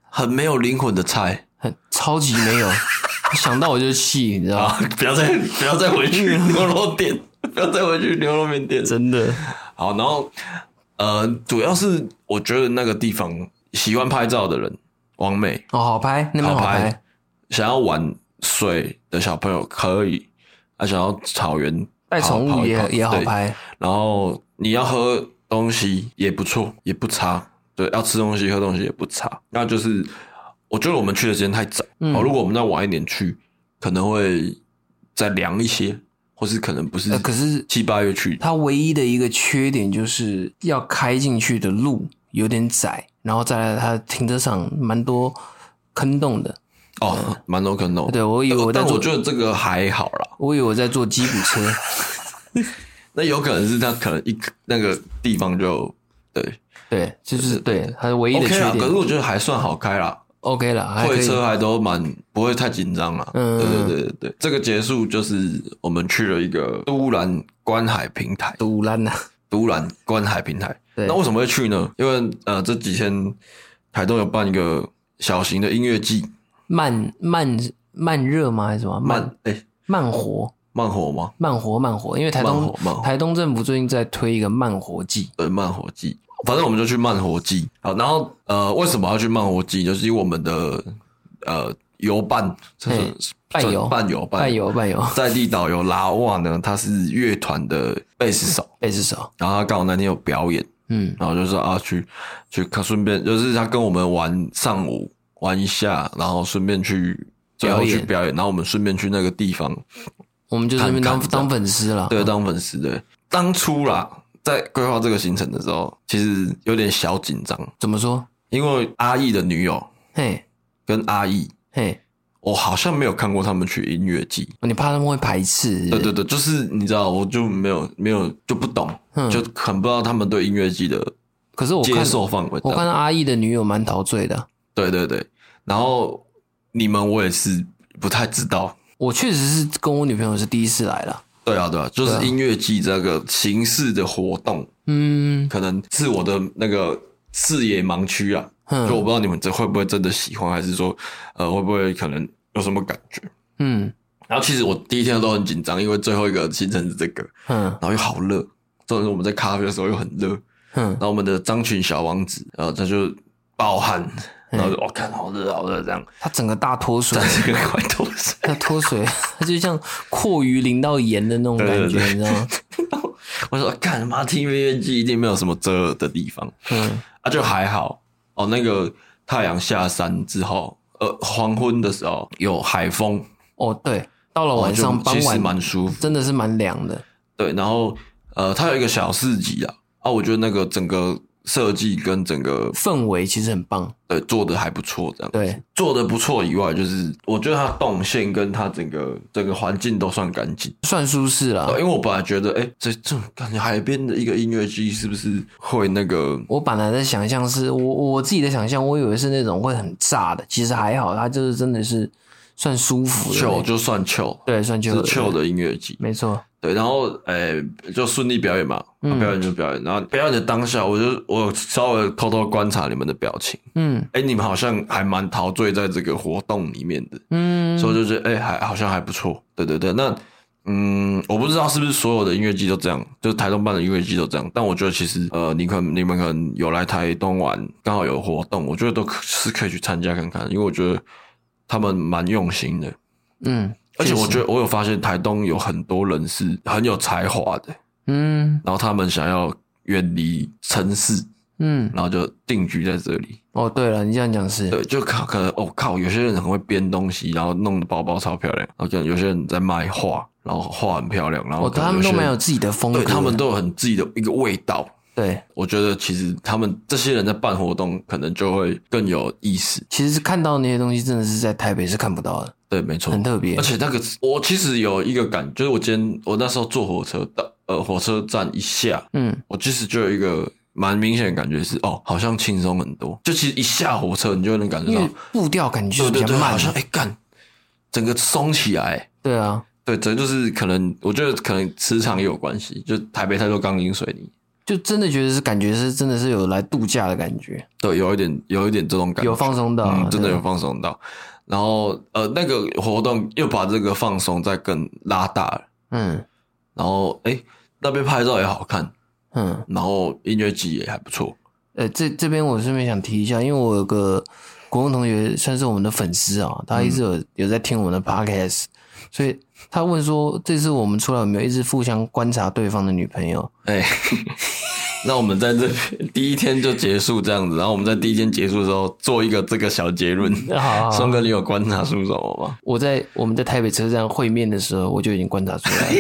[SPEAKER 1] 很没有灵魂的菜
[SPEAKER 2] 很超级没有， <laughs> 想到我就气，你知道吗？
[SPEAKER 1] 啊！ <laughs> 不要再不要再回去
[SPEAKER 2] 嗯
[SPEAKER 1] 牛肉店，不要再回去牛肉面店。
[SPEAKER 2] 真的，
[SPEAKER 1] 好，然后呃，主要是我觉得那个地方喜欢拍照的人，完美，
[SPEAKER 2] 哦，好拍，那边好
[SPEAKER 1] 拍
[SPEAKER 2] 拍，
[SPEAKER 1] 想要玩水的小朋友可以，啊，想要草原
[SPEAKER 2] 带宠物也也好，
[SPEAKER 1] 跑一跑对
[SPEAKER 2] 拍，
[SPEAKER 1] 然后你要喝东西也不错，也不差。对，要吃东西喝东西也不差。那就是我觉得我们去的时间太早、
[SPEAKER 2] 嗯
[SPEAKER 1] 哦，如果我们再晚一点去，可能会再凉一些，或是可能不是
[SPEAKER 2] 呃，可是
[SPEAKER 1] 七八月去。
[SPEAKER 2] 它唯一的一个缺点就是要开进去的路有点窄，然后再来它停车场蛮多坑洞的，
[SPEAKER 1] 哦，蛮多坑洞。
[SPEAKER 2] 呃对我以为我在
[SPEAKER 1] 但但
[SPEAKER 2] 做
[SPEAKER 1] 我觉得这个还好啦。
[SPEAKER 2] 我以为我在坐吉普车，
[SPEAKER 1] 那有可能是他可能一那个地方就对
[SPEAKER 2] 对，就是对它唯一的
[SPEAKER 1] OK
[SPEAKER 2] 缺
[SPEAKER 1] 啦，可是
[SPEAKER 2] 点
[SPEAKER 1] 我觉得还算好开啦。
[SPEAKER 2] ，OK 了，还可
[SPEAKER 1] 会
[SPEAKER 2] 以，
[SPEAKER 1] 车啊还都蛮不会太紧张啦。
[SPEAKER 2] 嗯
[SPEAKER 1] 对对对对对，这个结束就是我们去了一个都兰观海平台，
[SPEAKER 2] 堵烂呐，
[SPEAKER 1] 都兰观海平台。
[SPEAKER 2] 对
[SPEAKER 1] <laughs> 那为什么会去呢？因为呃这几天台东有办一个小型的音乐季，
[SPEAKER 2] 慢慢慢热吗？还是什么
[SPEAKER 1] 慢
[SPEAKER 2] 慢
[SPEAKER 1] 哎、
[SPEAKER 2] 慢活？
[SPEAKER 1] 慢火吗？
[SPEAKER 2] 慢活慢活，因为台
[SPEAKER 1] 慢
[SPEAKER 2] 东
[SPEAKER 1] 活慢活
[SPEAKER 2] 台东政府最近在推一个慢活季，
[SPEAKER 1] 对，慢火季，反正我们就去慢火季。好，然后呃为什么要去慢火季？就是因为我们的呃游伴，这
[SPEAKER 2] 嘿
[SPEAKER 1] 是
[SPEAKER 2] 伴
[SPEAKER 1] 算
[SPEAKER 2] 游
[SPEAKER 1] 伴游
[SPEAKER 2] 伴游伴游，
[SPEAKER 1] 在地导游拉瓦呢，他是乐团的贝斯手。
[SPEAKER 2] 贝斯手，
[SPEAKER 1] 然后他刚好那天有表演，
[SPEAKER 2] 嗯，
[SPEAKER 1] 然后就说啊去去看，顺便就是他跟我们玩上午玩一下，然后顺便去最后
[SPEAKER 2] 表演
[SPEAKER 1] 去表演，然后我们顺便去那个地方，
[SPEAKER 2] 我们就这边
[SPEAKER 1] 看看
[SPEAKER 2] 当
[SPEAKER 1] 这样
[SPEAKER 2] 当粉丝了，
[SPEAKER 1] 对，当粉丝对。当初啦，在规划这个行程的时候，其实有点小紧张，
[SPEAKER 2] 怎么说？
[SPEAKER 1] 因为阿义的女友
[SPEAKER 2] 嘿
[SPEAKER 1] 跟阿义，
[SPEAKER 2] 嘿，
[SPEAKER 1] 我好像没有看过他们去音乐季。
[SPEAKER 2] 你怕他们会排斥？是不
[SPEAKER 1] 对
[SPEAKER 2] 是
[SPEAKER 1] 对对，就是你知道，我就没有没有就不懂，
[SPEAKER 2] 嗯
[SPEAKER 1] 就很不知道他们对音乐季的
[SPEAKER 2] 可是我
[SPEAKER 1] 接
[SPEAKER 2] 看
[SPEAKER 1] 受范围。
[SPEAKER 2] 我看到阿义的女友蛮陶醉的，
[SPEAKER 1] 对对对，然后你们我也是不太知道。
[SPEAKER 2] 我确实是跟我女朋友是第一次来了。
[SPEAKER 1] 对啊对啊，就
[SPEAKER 2] 对啊
[SPEAKER 1] 是音乐季这个形式的活动，
[SPEAKER 2] 嗯，
[SPEAKER 1] 可能是我的那个视野盲区啊，
[SPEAKER 2] 嗯
[SPEAKER 1] 就我不知道你们这会不会真的喜欢，还是说呃会不会可能有什么感觉。
[SPEAKER 2] 嗯
[SPEAKER 1] 然后其实我第一天都很紧张，因为最后一个行程是这个，
[SPEAKER 2] 嗯
[SPEAKER 1] 然后又好热，重点是我们在咖啡的时候又很热，
[SPEAKER 2] 嗯
[SPEAKER 1] 然后我们的张群小王子，然后他就暴汗，
[SPEAKER 2] 嗯
[SPEAKER 1] 然后就我、哦、看好热好热这样， <laughs>
[SPEAKER 2] 他整个大脱水
[SPEAKER 1] 但，是个快脱水。
[SPEAKER 2] 他脱水， <laughs> 他就像阔鱼淋到盐的那种感觉，
[SPEAKER 1] 对对对
[SPEAKER 2] 你知道吗？
[SPEAKER 1] 我说干他妈听音乐季一定没有什么遮的地方
[SPEAKER 2] 嗯
[SPEAKER 1] 啊，就还好哦。那个太阳下山之后，呃，黄昏的时候有海风，
[SPEAKER 2] 哦，对，到了
[SPEAKER 1] 哦
[SPEAKER 2] 晚
[SPEAKER 1] 就
[SPEAKER 2] 上、
[SPEAKER 1] 其实
[SPEAKER 2] 傍晚
[SPEAKER 1] 蛮舒服。
[SPEAKER 2] 真的是蛮凉的。
[SPEAKER 1] 对，然后呃，它有一个小市集啊，啊，我觉得那个整个设计跟整个
[SPEAKER 2] 氛围其实很棒，
[SPEAKER 1] 对做的还不错，这样
[SPEAKER 2] 对，
[SPEAKER 1] 做的不错以外，就是我觉得它动线跟它整个整个环境都算干净。
[SPEAKER 2] 算舒适啦
[SPEAKER 1] 呃。因为我本来觉得，哎、这这种感觉海边的一个音乐季是不是会那个？
[SPEAKER 2] 我本来的想象是我我自己的想象，我以为是那种会很炸的，其实还好，它就是真的是算舒服的那
[SPEAKER 1] 糗
[SPEAKER 2] 种，
[SPEAKER 1] 就算糗，
[SPEAKER 2] 对，算就是
[SPEAKER 1] 糗，的音乐季。
[SPEAKER 2] 没错，
[SPEAKER 1] 对，然后诶、就顺利表演嘛，
[SPEAKER 2] 嗯
[SPEAKER 1] 表演就表演。然后表演的当下，我就我有稍微偷偷观察你们的表情，
[SPEAKER 2] 嗯
[SPEAKER 1] 哎、你们好像还蛮陶醉在这个活动里面的，
[SPEAKER 2] 嗯，
[SPEAKER 1] 所以我就觉得哎、还好像还不错。对对对，那嗯，我不知道是不是所有的音乐季都这样，就是台东办的音乐季都这样。但我觉得其实呃，你可能你们可能有来台东玩，刚好有活动，我觉得都可是可以去参加看看，因为我觉得他们蛮用心的。
[SPEAKER 2] 嗯，
[SPEAKER 1] 而且
[SPEAKER 2] 确
[SPEAKER 1] 我
[SPEAKER 2] 实
[SPEAKER 1] 觉得我有发现台东有很多人是很有才华的，
[SPEAKER 2] 嗯
[SPEAKER 1] 然后他们想要远离城市，
[SPEAKER 2] 嗯，
[SPEAKER 1] 然后就定居在这里。
[SPEAKER 2] 哦，对了，你这样讲是，
[SPEAKER 1] 对，就靠可能哦靠，有些人很会编东西，然后弄的包包超漂亮，然后可能有些人在卖画，然后画很漂亮，然后
[SPEAKER 2] 哦，
[SPEAKER 1] 可能
[SPEAKER 2] 他们
[SPEAKER 1] 些
[SPEAKER 2] 都
[SPEAKER 1] 人
[SPEAKER 2] 蛮有自己的风格
[SPEAKER 1] 对
[SPEAKER 2] 的，
[SPEAKER 1] 他们都有很自己的一个味道。
[SPEAKER 2] 对，
[SPEAKER 1] 我觉得其实他们这些人在办活动，可能就会更有意思。
[SPEAKER 2] 其实是看到那些东西真的是在台北是看不到的，
[SPEAKER 1] 对，没错，
[SPEAKER 2] 很特别
[SPEAKER 1] 而，且那个我其实有一个感，就是我今天我那时候坐火车到呃火车站一下，
[SPEAKER 2] 嗯
[SPEAKER 1] 我其实就有一个蛮明显的感觉是，哦，好像轻松很多。就其实一下火车，你就能感觉
[SPEAKER 2] 因为
[SPEAKER 1] 到，
[SPEAKER 2] 步调感觉就
[SPEAKER 1] 对
[SPEAKER 2] 是比
[SPEAKER 1] 对
[SPEAKER 2] 较
[SPEAKER 1] 对，
[SPEAKER 2] 慢
[SPEAKER 1] 好，像哎干、整个松起来。
[SPEAKER 2] 对啊，
[SPEAKER 1] 对，这就是可能，我觉得可能磁场也有关系，就台北太多钢筋水泥，
[SPEAKER 2] 就真的觉得是感觉是真的是有来度假的感觉，
[SPEAKER 1] 对，有一点有一点这种感觉，
[SPEAKER 2] 有放松到啊
[SPEAKER 1] 嗯，真的
[SPEAKER 2] 对
[SPEAKER 1] 有放松到。然后呃，那个活动又把这个放松再更拉大了，
[SPEAKER 2] 嗯
[SPEAKER 1] 然后哎、那边拍照也好看，
[SPEAKER 2] 嗯。
[SPEAKER 1] 然后音乐季也还不错，
[SPEAKER 2] 呃，这这边我顺便想提一下，因为我有个国中同学，算是我们的粉丝啊、他一直
[SPEAKER 1] 嗯
[SPEAKER 2] 有、有在听我们的 podcast，所以他问说，这次我们出来有没有一直互相观察对方的女
[SPEAKER 1] <laughs>
[SPEAKER 2] 朋友？
[SPEAKER 1] 哎、那我们在这边第一天就结束这样子，然后我们在第一天结束的时候做一个这个小结论。
[SPEAKER 2] 好
[SPEAKER 1] <laughs>
[SPEAKER 2] 好
[SPEAKER 1] 松哥，你有观察出什么
[SPEAKER 2] <laughs>
[SPEAKER 1] 吗？
[SPEAKER 2] 我在我们在台北车站会面的时候，我就已经观察出来了，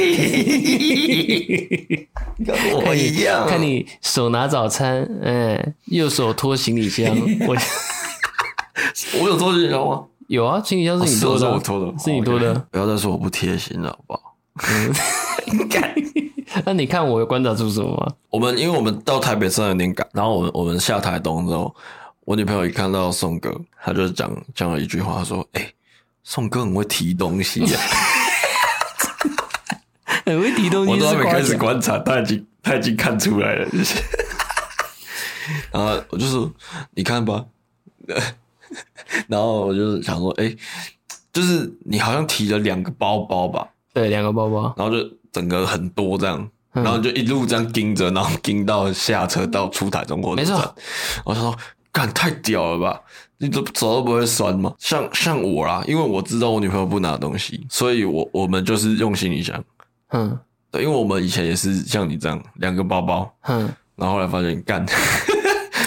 [SPEAKER 1] 跟我一样
[SPEAKER 2] 哎看你手拿早餐，嗯，右手拖行
[SPEAKER 1] <laughs>
[SPEAKER 2] 李箱，我
[SPEAKER 1] 我有拖鞋吗？
[SPEAKER 2] 有啊，行李箱是你拖
[SPEAKER 1] 哦是
[SPEAKER 2] 的啊，
[SPEAKER 1] 我拖的，
[SPEAKER 2] 是你拖
[SPEAKER 1] 哦，OK
[SPEAKER 2] 的。
[SPEAKER 1] 不要再说我不贴心了，好不好？
[SPEAKER 2] <laughs> 那你看我有观察出什么吗？
[SPEAKER 1] 我们因为我们到台北站有点赶，然后我们我们下台东之后，我女朋友一看到宋哥，她就讲讲了一句话，她说：“哎、宋哥很会提东西、啊。”
[SPEAKER 2] 很会提东西，
[SPEAKER 1] 我都还没
[SPEAKER 2] 是夸
[SPEAKER 1] 开始
[SPEAKER 2] 奖
[SPEAKER 1] 观察，他已经他已经看出来了， <laughs> 就是。然后我就说：“你看吧。” <laughs> 然后我就想说：“哎、就是你好像提了两个包包吧？”
[SPEAKER 2] 对两个包包。
[SPEAKER 1] 然后就整个很多这样，
[SPEAKER 2] 嗯
[SPEAKER 1] 然后就一路这样盯着，然后盯到下车到出台中火车
[SPEAKER 2] 没
[SPEAKER 1] 站
[SPEAKER 2] 错。
[SPEAKER 1] 我想说，干太屌了吧！你的手都不会酸吗？像像我啦，因为我知道我女朋友不拿东西，所以我我们就是用行李箱。
[SPEAKER 2] 嗯
[SPEAKER 1] 对，因为我们以前也是像你这样两个包包，
[SPEAKER 2] 哼，
[SPEAKER 1] 然后后来发现干、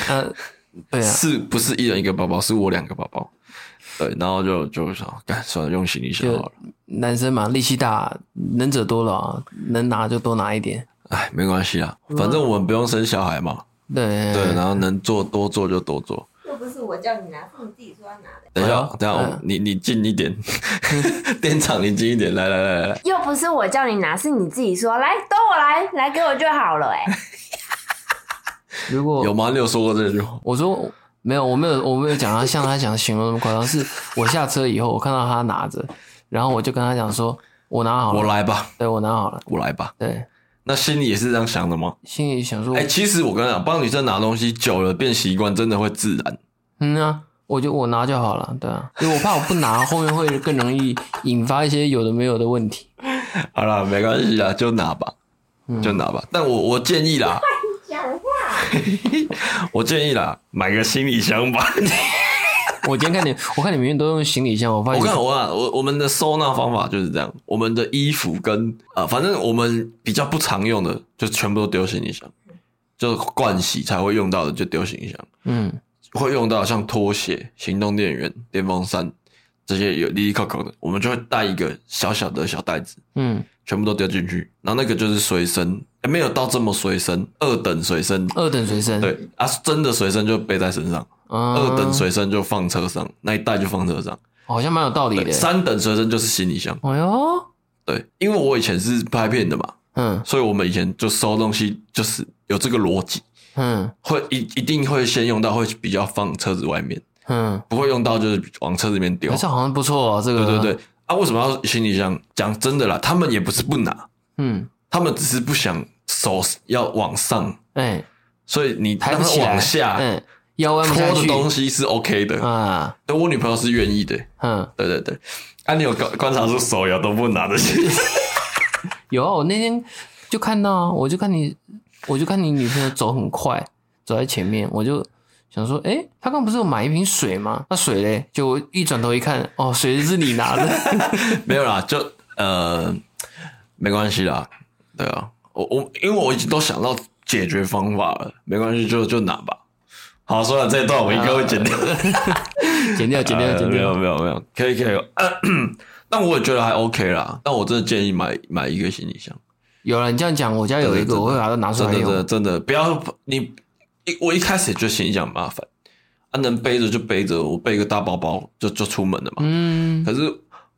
[SPEAKER 2] 呃，对啊，
[SPEAKER 1] <laughs> 是不是一人一个包包，是我两个包包。对，然后就就想干算了，用行李箱好了。
[SPEAKER 2] 男生嘛，力气大，能者多劳啊，能拿就多拿一点。
[SPEAKER 1] 哎，没关系啦，反正我们不用生小孩嘛。
[SPEAKER 2] 嗯对
[SPEAKER 1] 对，然后能做多做就多做。
[SPEAKER 3] 又不是我叫你拿，是你自己说要拿的。
[SPEAKER 1] 等一
[SPEAKER 2] 哎
[SPEAKER 1] 下
[SPEAKER 2] 呦，
[SPEAKER 1] 等一下，
[SPEAKER 2] 嗯
[SPEAKER 1] 我你你近一点，店长你近一点，来来来来来，
[SPEAKER 3] 又不是我叫你拿，是你自己说来，都我来，来给我就好了、哎，
[SPEAKER 2] 如果
[SPEAKER 1] 有吗？你有说过这句话？
[SPEAKER 2] 我说没有，我没有，我没有讲他像他讲的形容那么夸张。是我下车以后，我看到他拿着，然后我就跟他讲说，我拿好了，
[SPEAKER 1] 我，来吧，
[SPEAKER 2] 对我拿好了，
[SPEAKER 1] 我来吧。
[SPEAKER 2] 对，
[SPEAKER 1] 那心里也是这样想的吗？
[SPEAKER 2] 心里想说，
[SPEAKER 1] 哎、其实我跟你讲，帮女生拿东西久了变习惯，真的会自然。
[SPEAKER 2] 嗯啊，我就我拿就好了，对啊，因为我怕我不拿，后面会更容易引发一些有的没有的问题。 <laughs>
[SPEAKER 1] 好啦，没关系啦，就拿吧，就拿吧。但我我建议 <laughs> 啦，
[SPEAKER 3] 讲话
[SPEAKER 1] 我建议啦，买个行李箱吧。
[SPEAKER 2] 我今天看你，我看你们都用行李箱，我发
[SPEAKER 1] 我
[SPEAKER 2] 现
[SPEAKER 1] 看我啊，我我们的收纳方法就是这样，我们的衣服跟啊、呃反正我们比较不常用的，就全部都丢行李箱，就盥洗才会用到的就丢行李箱，
[SPEAKER 2] 嗯，
[SPEAKER 1] 会用到像拖鞋、行动电源、电风扇这些有利利扣扣的，我们就会带一个小小的小袋子，
[SPEAKER 2] 嗯，
[SPEAKER 1] 全部都丢进去，然后那个就是随身，诶没有到这么随身，二等随身。
[SPEAKER 2] 二等随身，，
[SPEAKER 1] 对啊，真的随身就背在身上，
[SPEAKER 2] 嗯、
[SPEAKER 1] 二等随身就放车上，那一袋就放车上。
[SPEAKER 2] 好像蛮有道理
[SPEAKER 1] 对，
[SPEAKER 2] 的。
[SPEAKER 1] 三等随身就是行李箱。
[SPEAKER 2] 哎呦，
[SPEAKER 1] 对，因为我以前是拍片的嘛，
[SPEAKER 2] 嗯
[SPEAKER 1] 所以我们以前就收东西就是有这个逻辑，
[SPEAKER 2] 嗯
[SPEAKER 1] 会一一定会先用到，会比较放车子外面，
[SPEAKER 2] 嗯，
[SPEAKER 1] 不会用到就是往车子里面丢
[SPEAKER 2] 哎。这好像不错哦，这个，
[SPEAKER 1] 对对，对，啊，为什么要行李箱？讲真的啦，他们也不是不拿，
[SPEAKER 2] 嗯，
[SPEAKER 1] 他们只是不想手要往上，
[SPEAKER 2] 哎、
[SPEAKER 1] 所以你
[SPEAKER 2] 抬
[SPEAKER 1] 让
[SPEAKER 2] 不
[SPEAKER 1] 它
[SPEAKER 2] 起来，
[SPEAKER 1] 往下
[SPEAKER 2] 嗯，腰弯不
[SPEAKER 1] 拖
[SPEAKER 2] 下
[SPEAKER 1] 的
[SPEAKER 2] 去
[SPEAKER 1] 东西是 OK 的。
[SPEAKER 2] 啊，
[SPEAKER 1] 对，我女朋友是愿意的。
[SPEAKER 2] 嗯，
[SPEAKER 1] 对对对，啊，你有观观察出手摇都不拿的行李箱？
[SPEAKER 2] 有啊，我那天就看到啊，我就看你，我就看你女朋友走很快，走在前面，我就想说，哎、她刚不是有买一瓶水吗？那水嘞，就我一转头一看，哦，水是你
[SPEAKER 1] <laughs>
[SPEAKER 2] 拿的，
[SPEAKER 1] <laughs> 没有啦，就呃，没关系啦，对啊，我我因为我已经都想到解决方法了，没关系，就就拿吧。好，算了，这一段我们应该会剪 <laughs> 掉，
[SPEAKER 2] 剪掉，剪掉，
[SPEAKER 1] 呃
[SPEAKER 2] 剪
[SPEAKER 1] 没有
[SPEAKER 2] 掉，
[SPEAKER 1] 没有没有，可以 <coughs> 可以。咳但我也觉得还 OK 啦，但我真的建议买买一个行李箱，
[SPEAKER 2] 有了，你这样讲，我家有一
[SPEAKER 1] 真
[SPEAKER 2] 个，
[SPEAKER 1] 的
[SPEAKER 2] 我会把它拿出
[SPEAKER 1] 真
[SPEAKER 2] 来
[SPEAKER 1] 的真
[SPEAKER 2] 用
[SPEAKER 1] 的。真的不要你一我一开始也觉得行李箱很麻烦，啊，能背着就背着，我背一个大包包就就出门了嘛。
[SPEAKER 2] 嗯，
[SPEAKER 1] 可是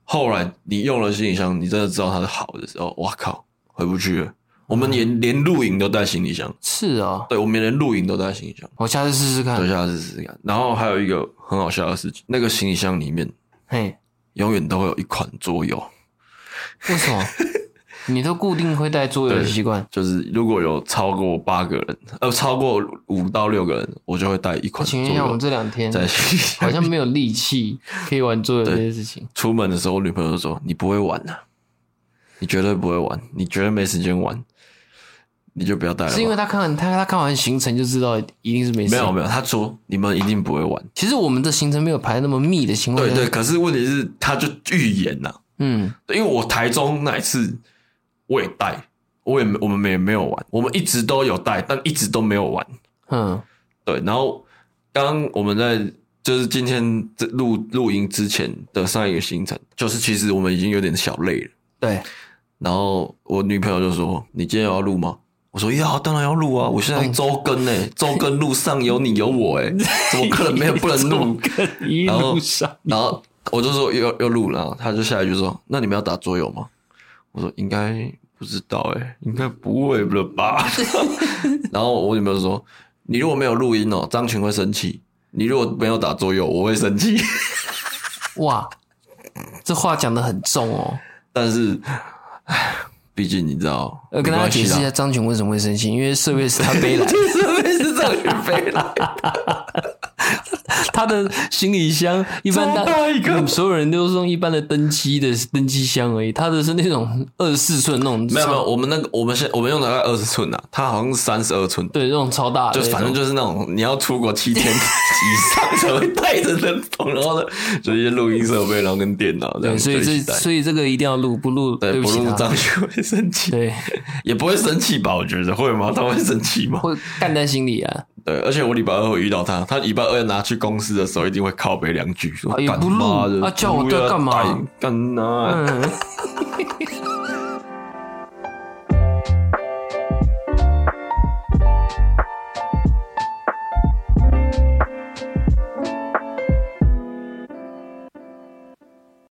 [SPEAKER 1] 后来你用了行李箱，你真的知道它是好的时候，哇靠，回不去了。我们连
[SPEAKER 2] 嗯
[SPEAKER 1] 连露营都带行李箱，
[SPEAKER 2] 是哦，
[SPEAKER 1] 对，我们连露营都带行李箱。
[SPEAKER 2] 我下次试试
[SPEAKER 1] 等一
[SPEAKER 2] 看。
[SPEAKER 1] 下试试看。然后还有一个很好笑的事情，那个行李箱里面
[SPEAKER 2] 嘿，
[SPEAKER 1] 永远都会有一款桌游，
[SPEAKER 2] 为
[SPEAKER 1] <laughs>
[SPEAKER 2] 什么？你都固定会带桌游的习惯，
[SPEAKER 1] 就是如果有超过八个人，呃，超过五到六个人，我就会带一款桌
[SPEAKER 2] 请问一下，我们
[SPEAKER 1] 游
[SPEAKER 2] 这两天
[SPEAKER 1] 在行李箱。 <laughs>
[SPEAKER 2] 好像没有力气可以玩桌游这件事情。
[SPEAKER 1] 出门的时候，我女朋友就说：“你不会玩呐、你绝对不会玩，你绝对没时间玩，你就不要带了吧。”
[SPEAKER 2] 是因为他看完他他看完行程就知道一定是没事。
[SPEAKER 1] 没有没有，他说你们一定不会玩。
[SPEAKER 2] 其实我们的行程没有排那么密的情况
[SPEAKER 1] 对
[SPEAKER 2] 下，
[SPEAKER 1] 对，可是问题是他就预言呐、
[SPEAKER 2] 嗯，
[SPEAKER 1] 因为我台中那一次我也带，我也没我们也没有玩，我们一直都有带，但一直都没有玩。
[SPEAKER 2] 嗯
[SPEAKER 1] 对，然后刚刚我们在就是今天这录录音之前的上一个行程，就是其实我们已经有点小累了。
[SPEAKER 2] 对，
[SPEAKER 1] 然后我女朋友就说：“你今天有要录吗？”我说：“要，当然要录啊！我现在周更呢、周更路上有你有我哎、怎么可能没有不能录？
[SPEAKER 2] 一
[SPEAKER 1] 然后
[SPEAKER 2] 路上，
[SPEAKER 1] 然后我就说要要录，然后他就下来就说：“那你们要打桌游吗？”我说：“应该不知道、欸，哎，应该不会了
[SPEAKER 2] <laughs>
[SPEAKER 1] 吧？”然后我女朋友说：“你如果没有录音哦，张群会生气；你如果没有打桌游，我会生气。 <laughs>
[SPEAKER 2] 哇，这话讲的很重哦。
[SPEAKER 1] 但是，唉，毕竟你知道，
[SPEAKER 2] 呃，跟大家解释一
[SPEAKER 1] 没
[SPEAKER 2] 下
[SPEAKER 1] 关
[SPEAKER 2] 张群为什么会生气，因为设备是他背来的，
[SPEAKER 1] 系啦，设备 <laughs> 是张群飞
[SPEAKER 2] <laughs>
[SPEAKER 1] 来的，
[SPEAKER 2] 他的行李箱一般
[SPEAKER 1] 这么大一个
[SPEAKER 2] 嗯所有人都是用一般的登机的登机箱而已，他的是那种二十四寸那种，
[SPEAKER 1] 没有没有，，我们那个我们现我们用的大概二十寸啊，它好像是三十二寸，
[SPEAKER 2] 对，那种超大
[SPEAKER 1] 就
[SPEAKER 2] 的啊那种，
[SPEAKER 1] 反正就是那种你要出国七天以上才会带着那种，然后呢，就一些录音设备，然后跟电脑这样
[SPEAKER 2] 对，所以
[SPEAKER 1] 就一
[SPEAKER 2] 这
[SPEAKER 1] 起带
[SPEAKER 2] 所以这个一定要录，不录
[SPEAKER 1] 对
[SPEAKER 2] 不
[SPEAKER 1] 不
[SPEAKER 2] 起
[SPEAKER 1] 录
[SPEAKER 2] 他
[SPEAKER 1] 张就会生气，
[SPEAKER 2] 对，
[SPEAKER 1] 也不会生气吧？我觉得会吗？他会生气吗？
[SPEAKER 2] 会干在心里啊。
[SPEAKER 1] 对，而且我礼拜二会遇到他，他礼拜二拿去公司的时候一定会靠背两句，说
[SPEAKER 2] 哎也
[SPEAKER 1] 干
[SPEAKER 2] 不录
[SPEAKER 1] 妈的
[SPEAKER 2] 啊叫我
[SPEAKER 1] 不要
[SPEAKER 2] 带干嘛
[SPEAKER 1] 带干嘛？
[SPEAKER 2] 嗯，